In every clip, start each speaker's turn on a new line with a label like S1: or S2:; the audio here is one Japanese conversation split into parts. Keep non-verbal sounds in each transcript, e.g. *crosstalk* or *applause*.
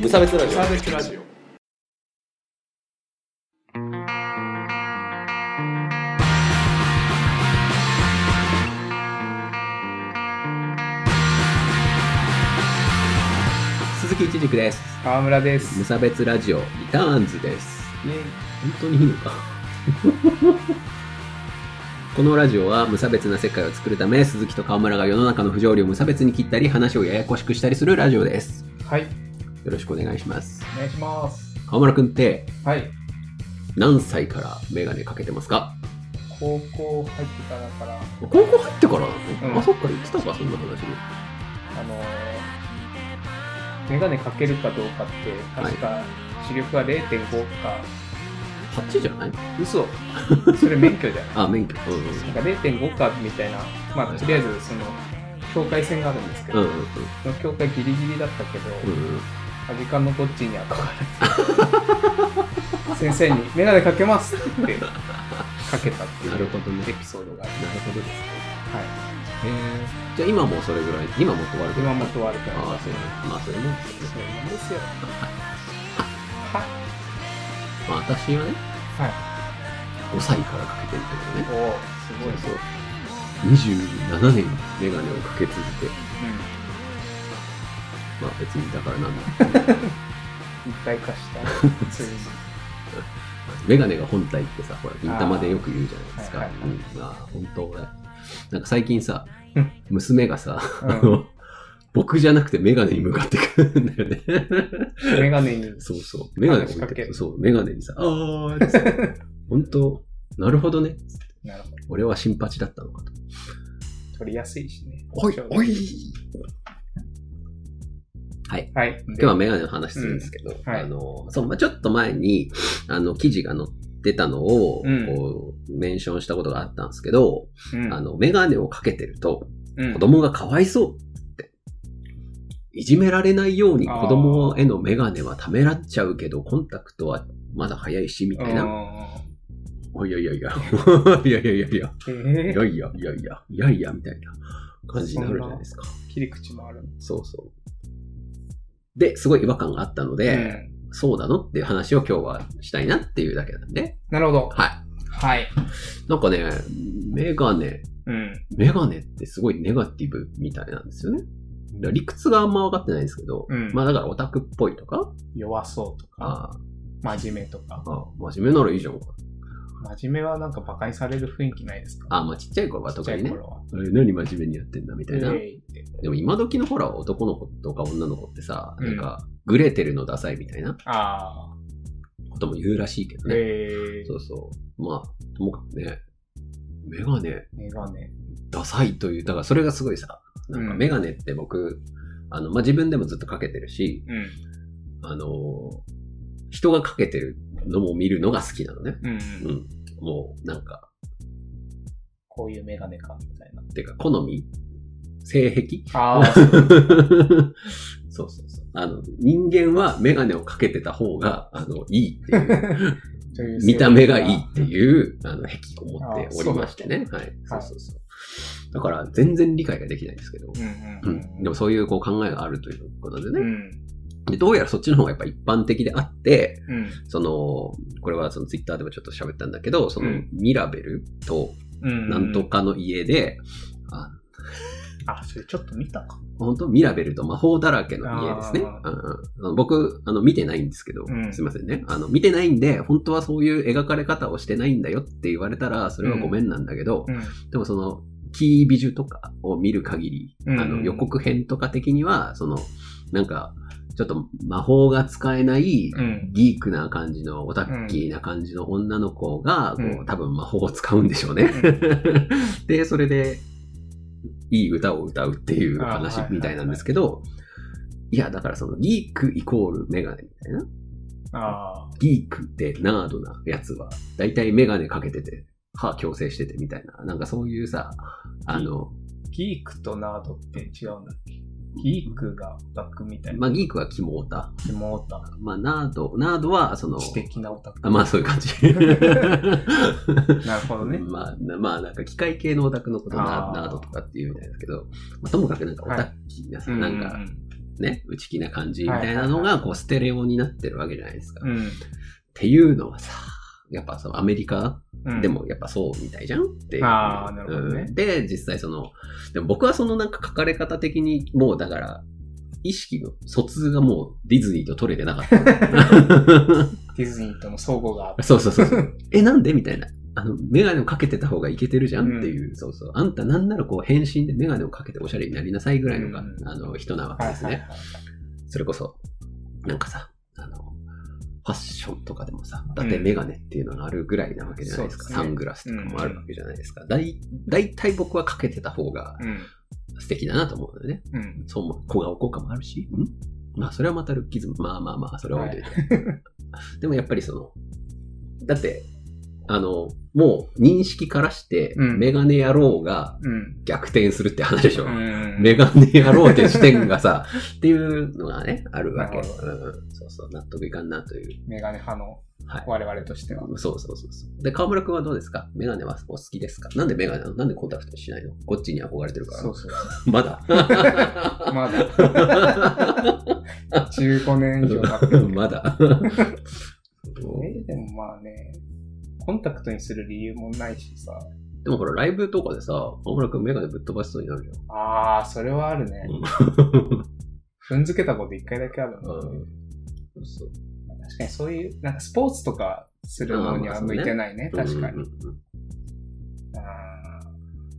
S1: 無差別ラジオ
S2: サーベスラジオ
S1: 鈴木一塾です
S2: 川村です
S1: 無差別ラジオリターンズです本当にいいのか *laughs* このラジオは無差別な世界を作るため鈴木と川村が世の中の不条理を無差別に切ったり話をややこしくしたりするラジオです
S2: はい
S1: よろしくお願いします
S2: お願いします
S1: 川村くんって
S2: はい
S1: 何歳からメガネかけてますか
S2: 高校入ってからだから
S1: 高校入ってからなの、
S2: うん
S1: あそっか言ってたかそんな話も
S2: あのーメガネかけるかどうかって確か視力が0.5か
S1: 8じゃない
S2: 嘘それ免許 *laughs* じゃない
S1: あ免許うんうん
S2: なんか0.5かみたいなまあとりあえずその境界線があるんですけ
S1: う
S2: ど、
S1: んうん
S2: その境界ギリギリだったけど、
S1: うんうん
S2: アジカンのどっちに憧 *laughs* れて先生に「眼鏡かけます」って言ってかけたって
S1: ないる
S2: う
S1: ほどね
S2: エピソードがある、
S1: なるほどですね
S2: は
S1: じゃあ今もうそれぐらい今もっと悪
S2: い、
S1: く
S2: 今
S1: ない
S2: も問われて
S1: あ
S2: ま
S1: あ
S2: す
S1: そうまあそれもそうです
S2: そうなんで
S1: *laughs*
S2: すよは
S1: まあ私はね
S2: はい
S1: 5歳からかけてるけどね
S2: おおすごいです
S1: う27年メガネをかけ続けまあ別にだからなんだ
S2: うん、一体
S1: *laughs*
S2: 化したついに
S1: メガネが本体ってさほら銀玉でよく言うじゃないです
S2: あー
S1: か
S2: はいは
S1: う
S2: い
S1: んまあ本当俺なんか最近さ
S2: うん
S1: 娘がさ、
S2: うん
S1: あの僕じゃなくてメガネに向かってくるんだよ *laughs* ね
S2: 眼鏡に
S1: そうそう。メガネ置い
S2: 話しかけ
S1: て、そう、メガネにさ、あー *laughs* ってさ、本当なるほどね。
S2: なるほ
S1: 俺は新八だったのかと。
S2: ど取りやすいしね
S1: おい
S2: ちょう、ど
S1: おい
S2: はい
S1: 今日はメガネの話するんですけど、
S2: うんはい
S1: あの、そう、まあ、ちょっと前に、あの、記事が載ってたのを、
S2: うん
S1: こう、メンションしたことがあったんですけど、
S2: うん
S1: あの、メガネをかけてると、
S2: うん
S1: 子供がかわいそうって。いじめられないように子供へのメガネはためらっちゃうけど、コンタクトはまだ早いし、みたいな。
S2: うん
S1: おいやいやいや、 *laughs* いやいやいやいや、
S2: え
S1: い
S2: ー
S1: やいやいやいや、いやいやみたいな感じになるじゃないですか。
S2: 切り口もある
S1: そうそう。で、すごい違和感があったので、
S2: うん
S1: そうなのっていう話を今日はしたいなっていうだけなんで。
S2: なるほど
S1: は
S2: はい
S1: い。なんかね、メガネ、
S2: うん
S1: メガネってすごいネガティブみたいなんですよね。だから理屈があんま分かってないんですけど、
S2: うん
S1: まあだからオタクっぽいとか、
S2: 弱そうとか
S1: あ
S2: 真面目とか
S1: あ、ああ真面目ならいいじゃんか。
S2: 真面目はなんか馬鹿にされる雰囲気ないですか
S1: ああ、まあちっちゃい頃は
S2: ちっ
S1: 特
S2: ちゃ
S1: に
S2: い
S1: ね、
S2: 頃は。
S1: あれ何真面目にやってんだみたいな。
S2: ええって
S1: でも今時のほら男の子とか女の子ってさ、
S2: うん
S1: なんかグレてるのダサいみたいな
S2: ああ、
S1: ことも言うらしいけどね。
S2: ええ
S1: そうそう。まあ、ともかくね、メガネ
S2: メガネ。
S1: ダサいという、だからそれがすごいさ、なんか
S2: うん
S1: メガネって僕、あの、まあ自分でもずっとかけてるし、
S2: うん。
S1: あのー人がかけてるのも見るのが好きなのね。
S2: うん、
S1: う
S2: うん。
S1: ん。もうなんか、
S2: こういうメガネか、みたいな。
S1: てか好み性癖
S2: ああ、そう
S1: *laughs* そうそうそう。あの、人間はメガネをかけてた方が、あの、いいっていう、 *laughs* 見た目がいいっていう、あの、壁を持っておりましてね。はい。そうそうそう。だから、全然理解ができないんですけど。
S2: うん
S1: う
S2: う
S1: んん。
S2: う
S1: でも
S2: ん。
S1: そういうこう考えがあるということで
S2: う
S1: ね。
S2: ん。
S1: でどうやらそっちの方がやっぱ一般的であって、
S2: うん。
S1: その、これはそのツイッターでもちょっと喋ったんだけど、そうの
S2: ん
S1: ミラベルと
S2: うん。
S1: なんと。かの家で、あ
S2: あ、それちょっと見たか。
S1: 本当ミラベルと魔法だらけの家ですね。
S2: あ
S1: うんうんあの僕、あの、見てないんですけど、
S2: うん
S1: すいませんね。あの、見てないんで、本当はそういう描かれ方をしてないんだよって言われたら、それはごめんなんだけど、
S2: うん。
S1: でもその、キービジュとかを見る限り、
S2: うん
S1: あの、予告編とか的には、その、なんか、ちょっと魔法が使えない、
S2: うん。
S1: ギークな感じの、オタッキーな感じの女の子が、こう
S2: うん
S1: 多分魔法を使うんでしょうね。 *laughs* で、それで、いい歌を歌うっていう話
S2: あはい
S1: みたいなんですけど、いや、だからその、ギークイコールメガネみたいな。
S2: ああ、
S1: ギークでナードなやつは、だいたいメガネかけてて、歯矯正しててみたいな。なんかそういうさ、あの、
S2: ギークとナードって違うんだっけギークがオタクみたいな。
S1: まあ、ギークはキモオタ。
S2: キモオタ
S1: まあ、ナード、ナードは、その
S2: ク。、知的なオタク。
S1: あまあ、そういう感
S2: *laughs*
S1: じ。
S2: なるほどね。
S1: まあ、なまあ、なんか機械系のオタクのことな
S2: あー
S1: などとかっていうみたいですけど、まあ、ともかくなんかオタッキーなさ、
S2: う
S1: なんか、
S2: う
S1: ね、内気な感じみたいなのが、こう、ステレオになってるわけじゃないですか。
S2: うん。
S1: っていうのはさ、やっぱそのアメリカ
S2: うん
S1: で、もやっぱそうみたいじゃんっていう。
S2: あーなるほどね
S1: うんで、実際その、でも僕はそのなんか書かれ方的に、もうだから、意識の疎通がもうディズニーと取れてなか
S2: *laughs*
S1: った。
S2: ディズニーとの相互が。
S1: そうそうそうそう。 *laughs* え、なんでみたいな。あの、メガネをかけてた方がいけてるじゃ
S2: うん
S1: んっていう、そうそう。あんたなんならこう変身でメガネをかけておしゃれになりなさいぐらいのが、
S2: うん
S1: あの、人なわけ
S2: はい
S1: です
S2: は
S1: ね。
S2: いはい。
S1: それこそ、なんかさ、あの、ファッションとかでもさ、伊達メガネっていうのがあるぐらいなわけじゃないですか。
S2: うんそうですね
S1: サングラスとかもあるわけじゃないですか。だい、だいたい僕はかけてた方が
S2: うん。
S1: 素敵だなと思うのでね。
S2: うん。
S1: そう思う、小顔効果もあるし、んまあ、それはまたルッキズム。まあまあまあ、それは置いといて。でもやっぱりその、だって、あの、もう認識からして、
S2: うん
S1: メガネ野郎が
S2: うん。
S1: 逆転するって話でしょ。
S2: うん。
S1: メガネ野郎って視点がさ、っていうのがね、あるわけ。
S2: な
S1: う
S2: るほ
S1: ん、そうそう、納得いかんなという。
S2: メガネ派の
S1: はい
S2: 我々としては。
S1: そうそうそうそう。で、河村くんはどうですかメガネはお好きですかなんでメガネなのなんでコンタクトしないのこっちに憧れてるから。
S2: そうそうそ
S1: ま
S2: *laughs*
S1: だ。
S2: う。ま
S1: *laughs*
S2: だ。15年以上経ってる
S1: ま
S2: *laughs*
S1: だ。
S2: えーでもまあね、コンタクトにする理由もないしさ。
S1: でもほら、ライブとかでさ、河村くんメガネぶっ飛ばしそうになるじゃん。
S2: ああ、それはあるね。踏んづけたこと一回だけあるな。
S1: うんそう
S2: 確かにそういう、なんかスポーツとかするのに
S1: あーまあ
S2: は
S1: そうね
S2: 向いてないね、確か
S1: うんうん
S2: に。
S1: うん
S2: あ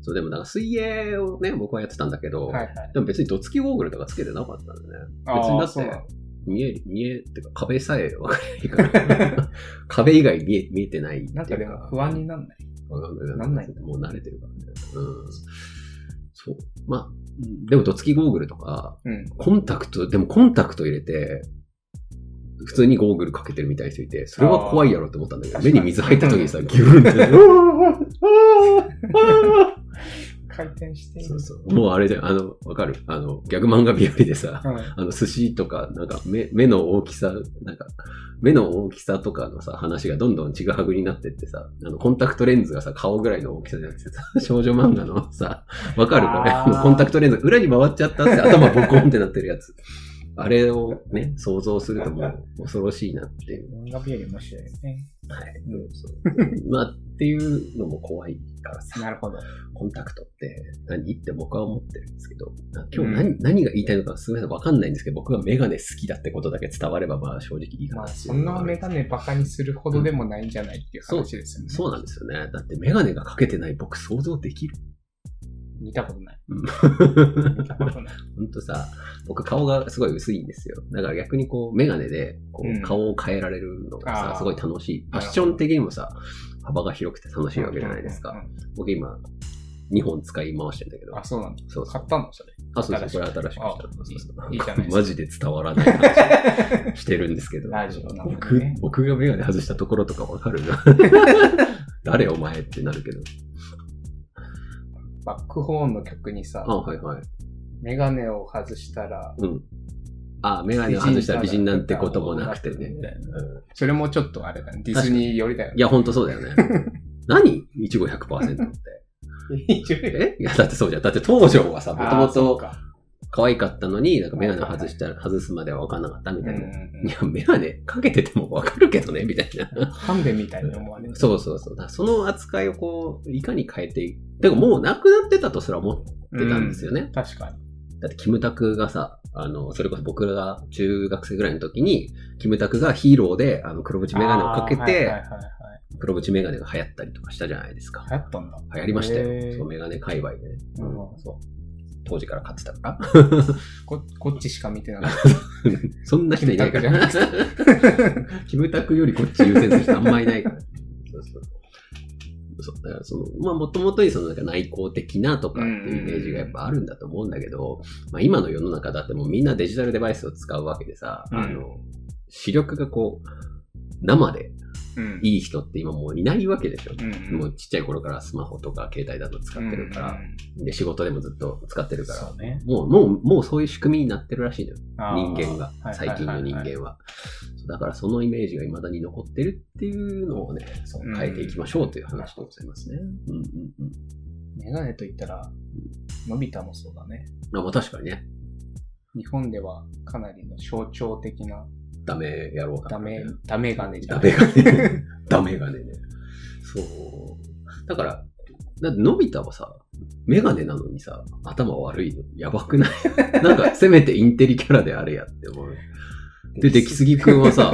S1: そう、でもなんか水泳をね、僕はやってたんだけど、
S2: ーはいはい。
S1: でも別にドツキゴーグルとかつけてなかったんだね。
S2: あー
S1: 別にだって
S2: そうなの
S1: 見え、見え、ってか壁さえ分からない
S2: *laughs*
S1: から。壁以外見え見えてないっていう
S2: なんかでも不安になんない。
S1: うん
S2: なんない
S1: もう慣れてるからね。うん。そう。まあ、うんでもドツキゴーグルとか、 *laughs*
S2: うん。
S1: コンタクト、でもコンタクト入れて、普通にゴーグルかけてるみたいな人いて、それは怖いやろって思ったんだけど、
S2: あー
S1: 目に水入った時にさ、ギュルンって。
S2: *laughs*
S1: うわーうわー
S2: 回転している。
S1: そうそう。もうあれじゃん、あの、わかるあの、ギャグ漫画日和でさ、
S2: うん。
S1: あの、寿司とか、なんか目、目の大きさ、なんか、目の大きさとかのさ、話がどんどんちぐはぐになってってさ、あの、コンタクトレンズがさ、顔ぐらいの大きさじゃなくてさ、 *laughs* 少女漫画のさ、わかるこれ、
S2: あ
S1: あ
S2: ー
S1: のコンタクトレンズ裏に回っちゃったって頭ボコンってなってるやつ。あれをね、想像するともう恐ろしいなっていう。
S2: 漫画日より面白いよね。
S1: はい。
S2: う *laughs*
S1: そうまあ、っていうのも怖いからさ。
S2: なるほど。
S1: コンタクトって何って僕は思ってるんですけど、今日何,、何が言いたいのかすみません、わかんないんですけど、僕はメガネ好きだってことだけ伝われば、まあ正直いいか
S2: ま
S1: な
S2: あ、
S1: ってい。
S2: そうんなメガネバカにするほどでもないんじゃないっていう話ですよね。
S1: そうなんですよね。だってメガネがかけてない僕想像で
S2: *laughs*
S1: きる。
S2: 見たことない。
S1: *laughs* ほ
S2: 見たことない。
S1: んとさ、僕顔がすごい薄いんですよ。だから逆にこうメガネでこ
S2: うん
S1: う顔を変えられるのがさ、
S2: あー
S1: すごい楽しい。ファ
S2: なるほど
S1: ッション的にもさ、幅が広くて楽しいわけじゃないです
S2: うん
S1: か。
S2: うんうん
S1: 僕今、2本使い回してんだけど
S2: あ、、そうなんだ。
S1: そうそう
S2: 買。ったの
S1: *laughs*
S2: それ。
S1: あ、そうそう、これ
S2: 新しく
S1: 新しくした
S2: あ
S1: そうそうそう
S2: いいいいじゃないです
S1: *laughs*
S2: か
S1: マジで伝わらない話してるんですけ
S2: *laughs*
S1: ど。
S2: ラジオなの
S1: 僕
S2: にね。
S1: 僕がメガネ外したところとかわかる
S2: *laughs*
S1: な。誰お前ってなるけど。
S2: バックホーンの曲にさ、
S1: あ、はいはい。
S2: メガネを外したら、
S1: うん。あ、メガネを外したら美人なんてこともなくてね。
S2: みたいな
S1: う
S2: それもちょっとあれだね。ディズニー寄りだよ
S1: *laughs* ん、い
S2: ね。
S1: や、ほんとそうだよ
S2: *laughs*
S1: ね。何いちご100%って。えいや、だってそうじゃん。だって東條はさ、もと
S2: あ
S1: も
S2: ーそう
S1: と
S2: か
S1: 可愛かったのに、なんかメガネを外したら、外すまでは分かんなかったみ
S2: うんう
S1: たい
S2: ん
S1: な。い
S2: うん
S1: や、メガネかけてても分かるけどね、みたいな。
S2: ハンデみたいに思われる。
S1: そうそうそう。だからその扱いをこう、いかに変えていく。でももうなくなってたとすら思う。
S2: う
S1: 出たんですよね
S2: 確かに。
S1: だってキムタクがさ、あの、それこそ僕らが中学生ぐらいの時に、キムタクがヒーローで、あの、黒縁メガネをかけ
S2: あーはいはいは
S1: て
S2: い、はい
S1: 黒縁メガネが流行ったりとかしたじゃないですか。
S2: 流行ったんだ。
S1: 流行りました
S2: へ
S1: よ。
S2: ー
S1: そう、メガネ界隈でね。
S2: うん
S1: そう。当時から買ってたから。 *laughs*
S2: ここっちしか見てなかっ
S1: そんな人いないから。キムタクよりこっち優先する人あんまいないから。そうそう。そうだからその、まあもともとにそのなんか内向的なとかっていうイメージがやっぱあるんだと思うんだけど、まあ今の世の中だってもうみんなデジタルデバイスを使うわけでさ、
S2: うん
S1: あの、視力がこう、生で
S2: た。 *laughs* うん
S1: いい人って今もういないわけでしょ。
S2: うんうん
S1: もうちっちゃい頃からスマホとか携帯だと使ってるか
S2: うん
S1: ら
S2: う、ん
S1: で仕事でもずっと使ってるから
S2: そ、うね。
S1: もう、もう、もうそういう仕組みになってるらしいのよ。
S2: あー
S1: 人間が
S2: は、い
S1: 最近の人
S2: はいはい
S1: 間は。そうだからそのイメージが未だに残ってるっていうのをね、そう
S2: うん
S1: 変えていきましょうという話でございますね。うんうんうん。
S2: メガネと言ったら、のび太もそうだね。
S1: あまあ確かにね。
S2: 日本ではかなりの象徴的な
S1: ダメ野郎だ
S2: ダメ、ダメガネじゃ
S1: ダ
S2: ん。
S1: メが
S2: *laughs*
S1: ね。ダメがね。そう。だから、だってのび太はさ、メガネなのにさ、頭悪いのやば
S2: *laughs*
S1: くないなんか、せめてインテリキャラであれやって思う。で、出来すぎくんはさ、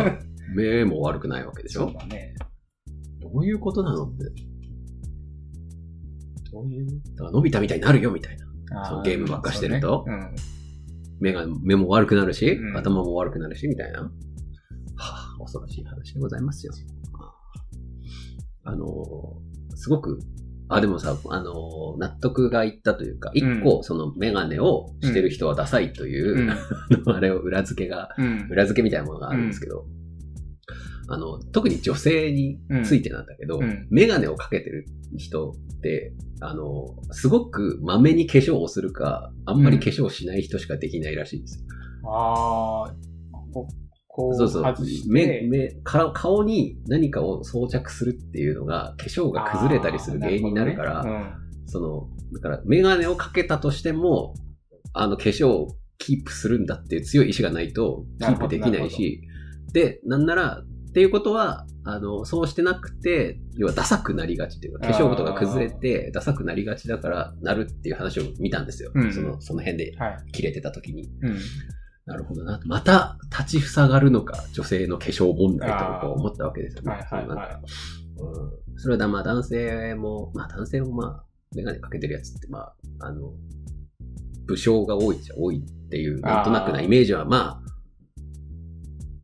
S1: 目も悪くないわけでし
S2: *laughs* そう
S1: ょ
S2: だね。
S1: どういうことなのって。だ
S2: どういう
S1: から、のび太みたいになるよみたいな。そうゲームばっかしてると
S2: そうね
S1: 目が、目も悪くなるし、
S2: うん
S1: 頭も悪くなるし、みたいな。はあ、恐ろしい話でございますよ。あのー、すごく、あ、でもさ、あのー、納得がいったというか、一個、そのメガネをしてる人はダサいという、
S2: うん。
S1: あれを裏付けが、
S2: うん。
S1: 裏付けみたいなものがあるんですけど、あの、特に女性に *laughs* ついてなんだけど、
S2: うん
S1: メガネをかけてる人って、あの、すごくまめに化粧をするか、あんまり化粧しない人しかできないらしいです。
S2: ああ、ここう
S1: そうそう
S2: 外し。て
S1: 目、目、から顔に何かを装着するっていうのが、化粧が崩れたりする原因になるから、
S2: あー
S1: その、だから、メガネをかけたとしても、あの、化粧をキープするんだっていう強い意志がないと、キープできないし、で、なんなら、っていうことは、あの、そうしてなくて、要はダサくなりがちっていうか、化粧事が崩れて、ダサくなりがちだから、なるっていう話を見たんですよ。
S2: うん
S1: その、その辺で
S2: なるほどね
S1: 切れてた時に。
S2: うんはい。
S1: なるほどな。また立ち塞がるのか、女性の化粧問題とか思ったわけですよ
S2: うん。
S1: ね。
S2: はいはい
S1: なんか
S2: は
S1: うんそれはだまあ男性も、まあ男性もまあ、メガネかけてるやつって、まあ、あの、武将が多いじゃ多いっていう、なんとなくな
S2: あー
S1: イメージはまあ、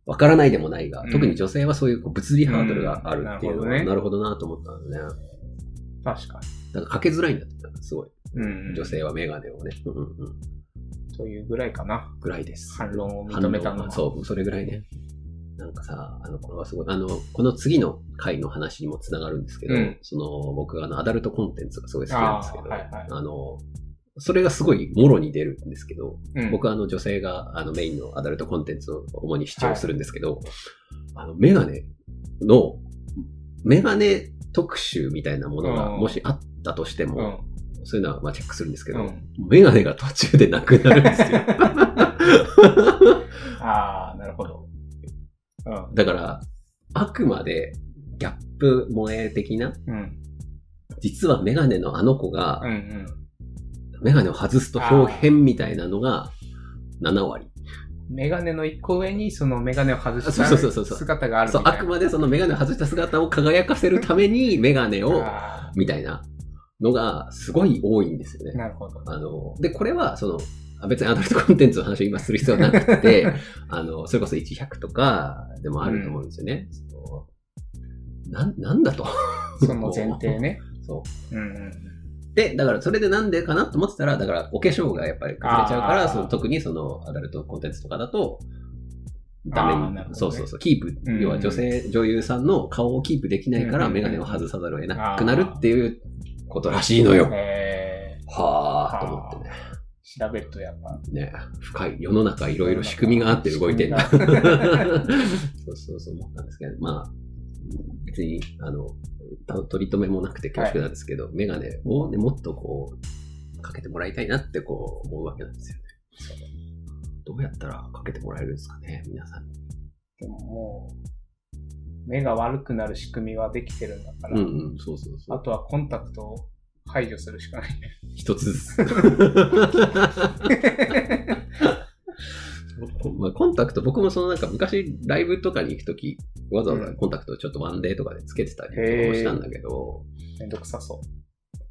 S1: わからないでもないが、
S2: うん
S1: 特に女性はそういうこう物理ハードルがあるっていうのは、
S2: うん
S1: な
S2: な
S1: るほどなと思ったんだよね。
S2: い。確か
S1: なんかかけづらいんだって、なんかすごい。
S2: に。うん。
S1: 女。性はメガネをね、うんうんうん、
S2: というぐらいかな。
S1: ぐらいです。
S2: 反論を認めたのは。
S1: そう、それぐらいね。なんかさ、あの、これはすごい、あの、この次の回の話にもつながるんですけど、
S2: うん
S1: その、僕があの、アダルトコンテンツがすごい好きなん
S2: あ
S1: です
S2: あ
S1: けど、
S2: ー、はいはい。
S1: あの、それがすごいもろに出るんですけど、
S2: うん
S1: 僕はあの女性があのメインのアダルトコンテンツを主に視聴するんですけど、あのメガネの、メガネ特集みたいなものが
S2: うん
S1: もしあったとして
S2: う
S1: も、
S2: ん。
S1: そういうのはまあチェックするんですけ
S2: う
S1: ど、
S2: ん。
S1: メガネが途中でなくなるんです
S2: *laughs*
S1: よ。
S2: ああ、なるほど。うん。
S1: だから、あくまでギャップ萌え的な、
S2: うん。
S1: 実はメガネのあの子が
S2: うん。う、ん。
S1: メガネを外すと表現みたいなのが7割。
S2: メガネの一個上にそのメガネを外した
S1: そうそうそうそう
S2: 姿があるみ
S1: そ
S2: た
S1: う
S2: い、な。
S1: あくまでそのメガネを外した姿を輝かせるためにメガネを、
S2: あ
S1: みたいなのがすごい多いんですよね。
S2: ーなるほど。
S1: あの、で、これはその、あ別にアダルトコンテンツの話を今する必要はなく
S2: *laughs*
S1: て、あの、それこそ100とかでもあると思うんですよね。そのなん、なんだと。
S2: その前提ね。
S1: そう。
S2: うんうん。
S1: で、だからそれでなんでかなと思ってたら、だからお化粧がやっぱり崩れちゃうか
S2: あ
S1: ら、
S2: ー
S1: その特にそのアダルトコンテンツとかだと、ダメに、
S2: あーなるほどね
S1: そうそうそう、キープ、
S2: うん
S1: 要は女性、女優さんの顔をキープできないから、
S2: うん
S1: メガネを外さざるを得なくなるっていうことらしいのよ。
S2: え
S1: はあと思ってね。
S2: ー、調べるとやっぱ。
S1: ね、深い世の中いろいろ仕組みがあって動いてんだ。
S2: 仕
S1: そう
S2: 組みが
S1: そうそう思ったんですけど、まあ、別に、あの、た取り留めもなくて恐縮なんですけど、メガネを、ね、もっとこう、かけてもらいたいなってこう思うわけなんですよね。どうやったらかけてもらえるんですかね、皆さんに。
S2: でももう、目が悪くなる仕組みはできてるんだから、
S1: うんうん、そうそうそ
S2: あ
S1: う。
S2: とはコンタクトを排除するし
S1: *laughs*
S2: かない。
S1: 一つず
S2: *laughs*
S1: つ。 *laughs* まあ、コンタクト、僕もそのなんか昔ライブとかに行くとき、わざわざコンタクトをちょっとワンデーとかでつけてたりとかもしたんだけど、
S2: めんどくさそ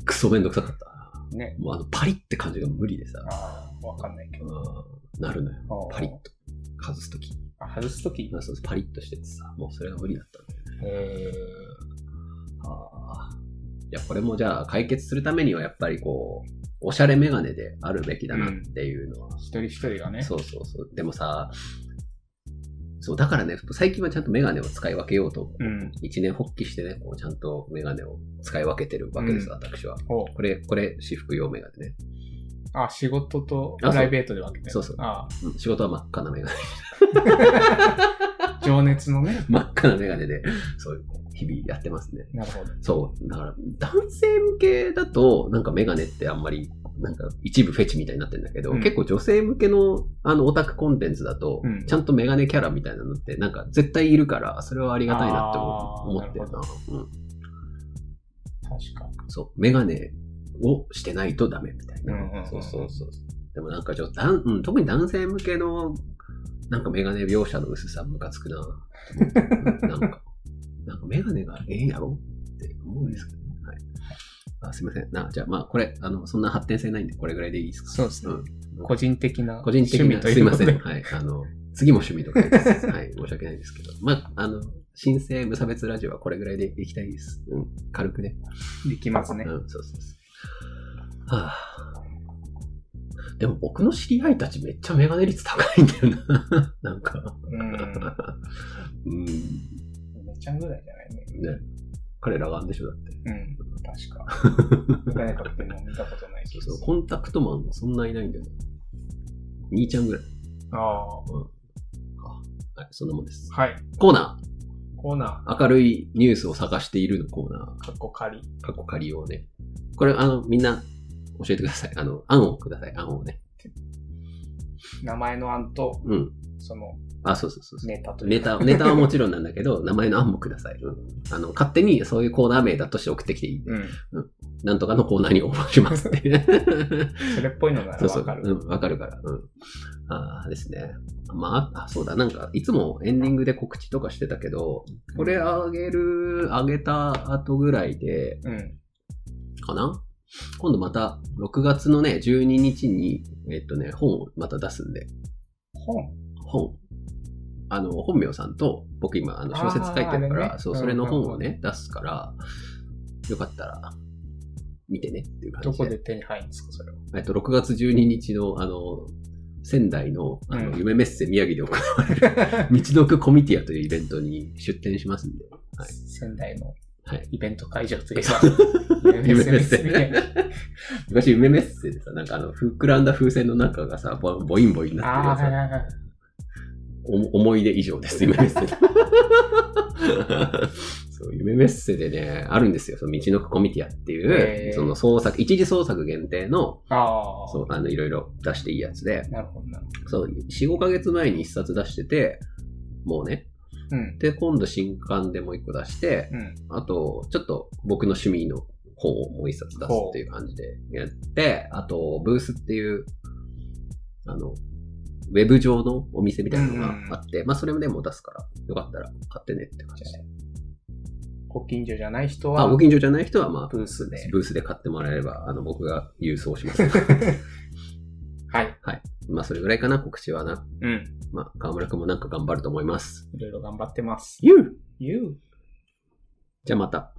S1: クソめんどくさかった。
S2: う。ね。
S1: もうあのパリって感じが無理でさ、
S2: ああ、わかんないけど。
S1: うんなるのよ。パリッと。外すとき。
S2: あ外すとき。
S1: まあそうパリッとしててさ、もうそれが無理だったんだよね。
S2: え
S1: あーいや、これもじゃあ解決するためにはやっぱりこう、おしゃれメガネであるべきだなっていうのは。
S2: ー、一人一人がね。
S1: そうそうそう。でもさ、そう、だからね、最近はちゃんとメガネを使い分けようと、
S2: うん。
S1: 一年発起してね、こうちゃんとメガネを使い分けてるわけです、
S2: うん
S1: 私は。
S2: お
S1: これ、これ、私服用メガネね。
S2: あ、仕事と
S1: あそう
S2: プライベートで分けてる
S1: そうそう
S2: あ
S1: うん仕事は真っ赤なメガネ。
S2: あ、情熱のね。
S1: *laughs* 真っ赤なメガネで、そういう、日々やってますね。
S2: なるほど。
S1: そう。だから、男性向けだと、なんかメガネってあんまりなんか一部フェチみたいになってんだけど、
S2: うん
S1: 結構女性向けのあのオタクコンテンツだと、
S2: うん
S1: ちゃんとメガネキャラみたいなのって、なんか絶対いるから、それはありがたいなって
S2: あー
S1: 思思ってるな。うん。
S2: 確かに。
S1: そう、メガネをしてないとダメみたいな。
S2: うんうんうん
S1: そうそうそう。でもなんかちょっと、だんうん、特に男性向けの、なんかメガネ描写の薄さムカつ
S2: *laughs*
S1: くな。うんなんか、なんかメガネがええんやろって思うんですけどね。はい。あすいません。な、じゃあまあこれ、あの、そんな発展性ないんで、これぐらいでいいですか
S2: そうですね
S1: ん
S2: 個人的な
S1: 個人的
S2: 趣味
S1: な、
S2: と
S1: す
S2: い
S1: いうま
S2: こ
S1: せ
S2: とで。
S1: ん。はい。あの、次も趣味とかです。はい。申し訳ないんですけど。まあ、あの、新生無差別ラジオはこれぐらいでいきたいです。うん。軽くね。
S2: できますね。
S1: うん、そうそうそう。はあ、でも僕の知り合いたちめっちゃメガネ率高いんだよな。 *laughs* なんか。
S2: うん。
S1: うん。ね。
S2: めちゃんぐらいじゃないね。
S1: 彼らがあんでしょだって。
S2: うん。確か。メガ *laughs* ネかけてるの見たことないけ
S1: そう
S2: ど。
S1: そう。コンタクトマンもそんないないんだよな。兄ちゃんぐらい。
S2: あ
S1: はい、そんなもんです。
S2: あ。はい。
S1: コーナ
S2: コーナ
S1: ー。明るいニュースを探しているのコーナ
S2: ー、カッコ仮。
S1: ー。過去仮用ね。これ、あの、みんな、教えてください。あの、案をください。案をね。
S2: 名前の案と、
S1: うん。
S2: その
S1: あ、そうそうそうそう。
S2: ネタとい
S1: ネ
S2: うか。
S1: タ、ネタはもちろんなんだけど、 *laughs* 名前の案もください。うんあの、勝手にそういうコーナー名だとして送ってきていい。
S2: うん。
S1: なんとかのコーナーに応募しますって。
S2: *laughs* それっぽいのな
S1: そ
S2: ら
S1: うそ
S2: わ
S1: う。
S2: かる。
S1: うん、わかるから。うん。ああですね。まあ、あそうだ、なんか、いつもエンディングで告知とかしてたけど、これあげる、あげた後ぐらいで、
S2: うん。
S1: かな今度また、6月のね、12日に、えっとね、本をまた出すんで、
S2: 本。
S1: 本。あの、本名さんと、僕今、あの、
S2: あー
S1: 小説書いてるか
S2: あれ
S1: ら、
S2: ね
S1: そうう、
S2: ん
S1: それの本をね、出すから、よかったら、見てねっていう感
S2: ど
S1: じ
S2: こ
S1: で。
S2: で手に入るんですか、それは。
S1: えっと、6月12日の、あの、仙台の、あ
S2: う
S1: の、
S2: ん
S1: 夢メッセ宮城で行われる、 *laughs* 道のくコミティアというイベントに出展しますんで。はい
S2: 仙台の
S1: はい。
S2: イベント会場とい
S1: *laughs*
S2: えば、
S1: 夢メッセ
S2: みたいな。
S1: 昔、夢メッセでさ、なんかあの、膨らんだ風船の中がさ、ボボインボインにな
S2: あ
S1: っ
S2: あ、
S1: て
S2: は
S1: る
S2: い
S1: や
S2: はいはい。
S1: つ。お思い出以上です、夢メッセ。
S2: *laughs*
S1: そう、夢メッセでね、あるんですよ。その道のくコミティアってい
S2: へ
S1: う、
S2: ー
S1: その創作、一次創作限定の、
S2: ああ。
S1: そう、あの、いろいろ出していいやつで、
S2: なるほどな。
S1: そう、4、5ヶ月前に一冊出してて、もうね。
S2: うん。
S1: で、今度新刊でもう一個出して、
S2: うん。
S1: あと、ちょっと僕の趣味の本をもう一冊出すっていう感じでやって、あと、ブースっていう、あの、ウェブ上のお店みたいなのがあって、まあ、それでも出すから、よかったら買ってねって感じで。
S2: ご近所じゃない人
S1: まあ、
S2: は、
S1: ご近所じゃない人は、まあ、
S2: ブースで。
S1: ブースで買ってもらえれば、あの、僕が郵送します。
S2: はい。
S1: まあ、それぐらいかな、告知はな。
S2: うん。
S1: まあ、河村くんもなんか頑張ると思います。
S2: いろいろ頑張ってます。
S1: You!
S2: You!
S1: じゃあまた。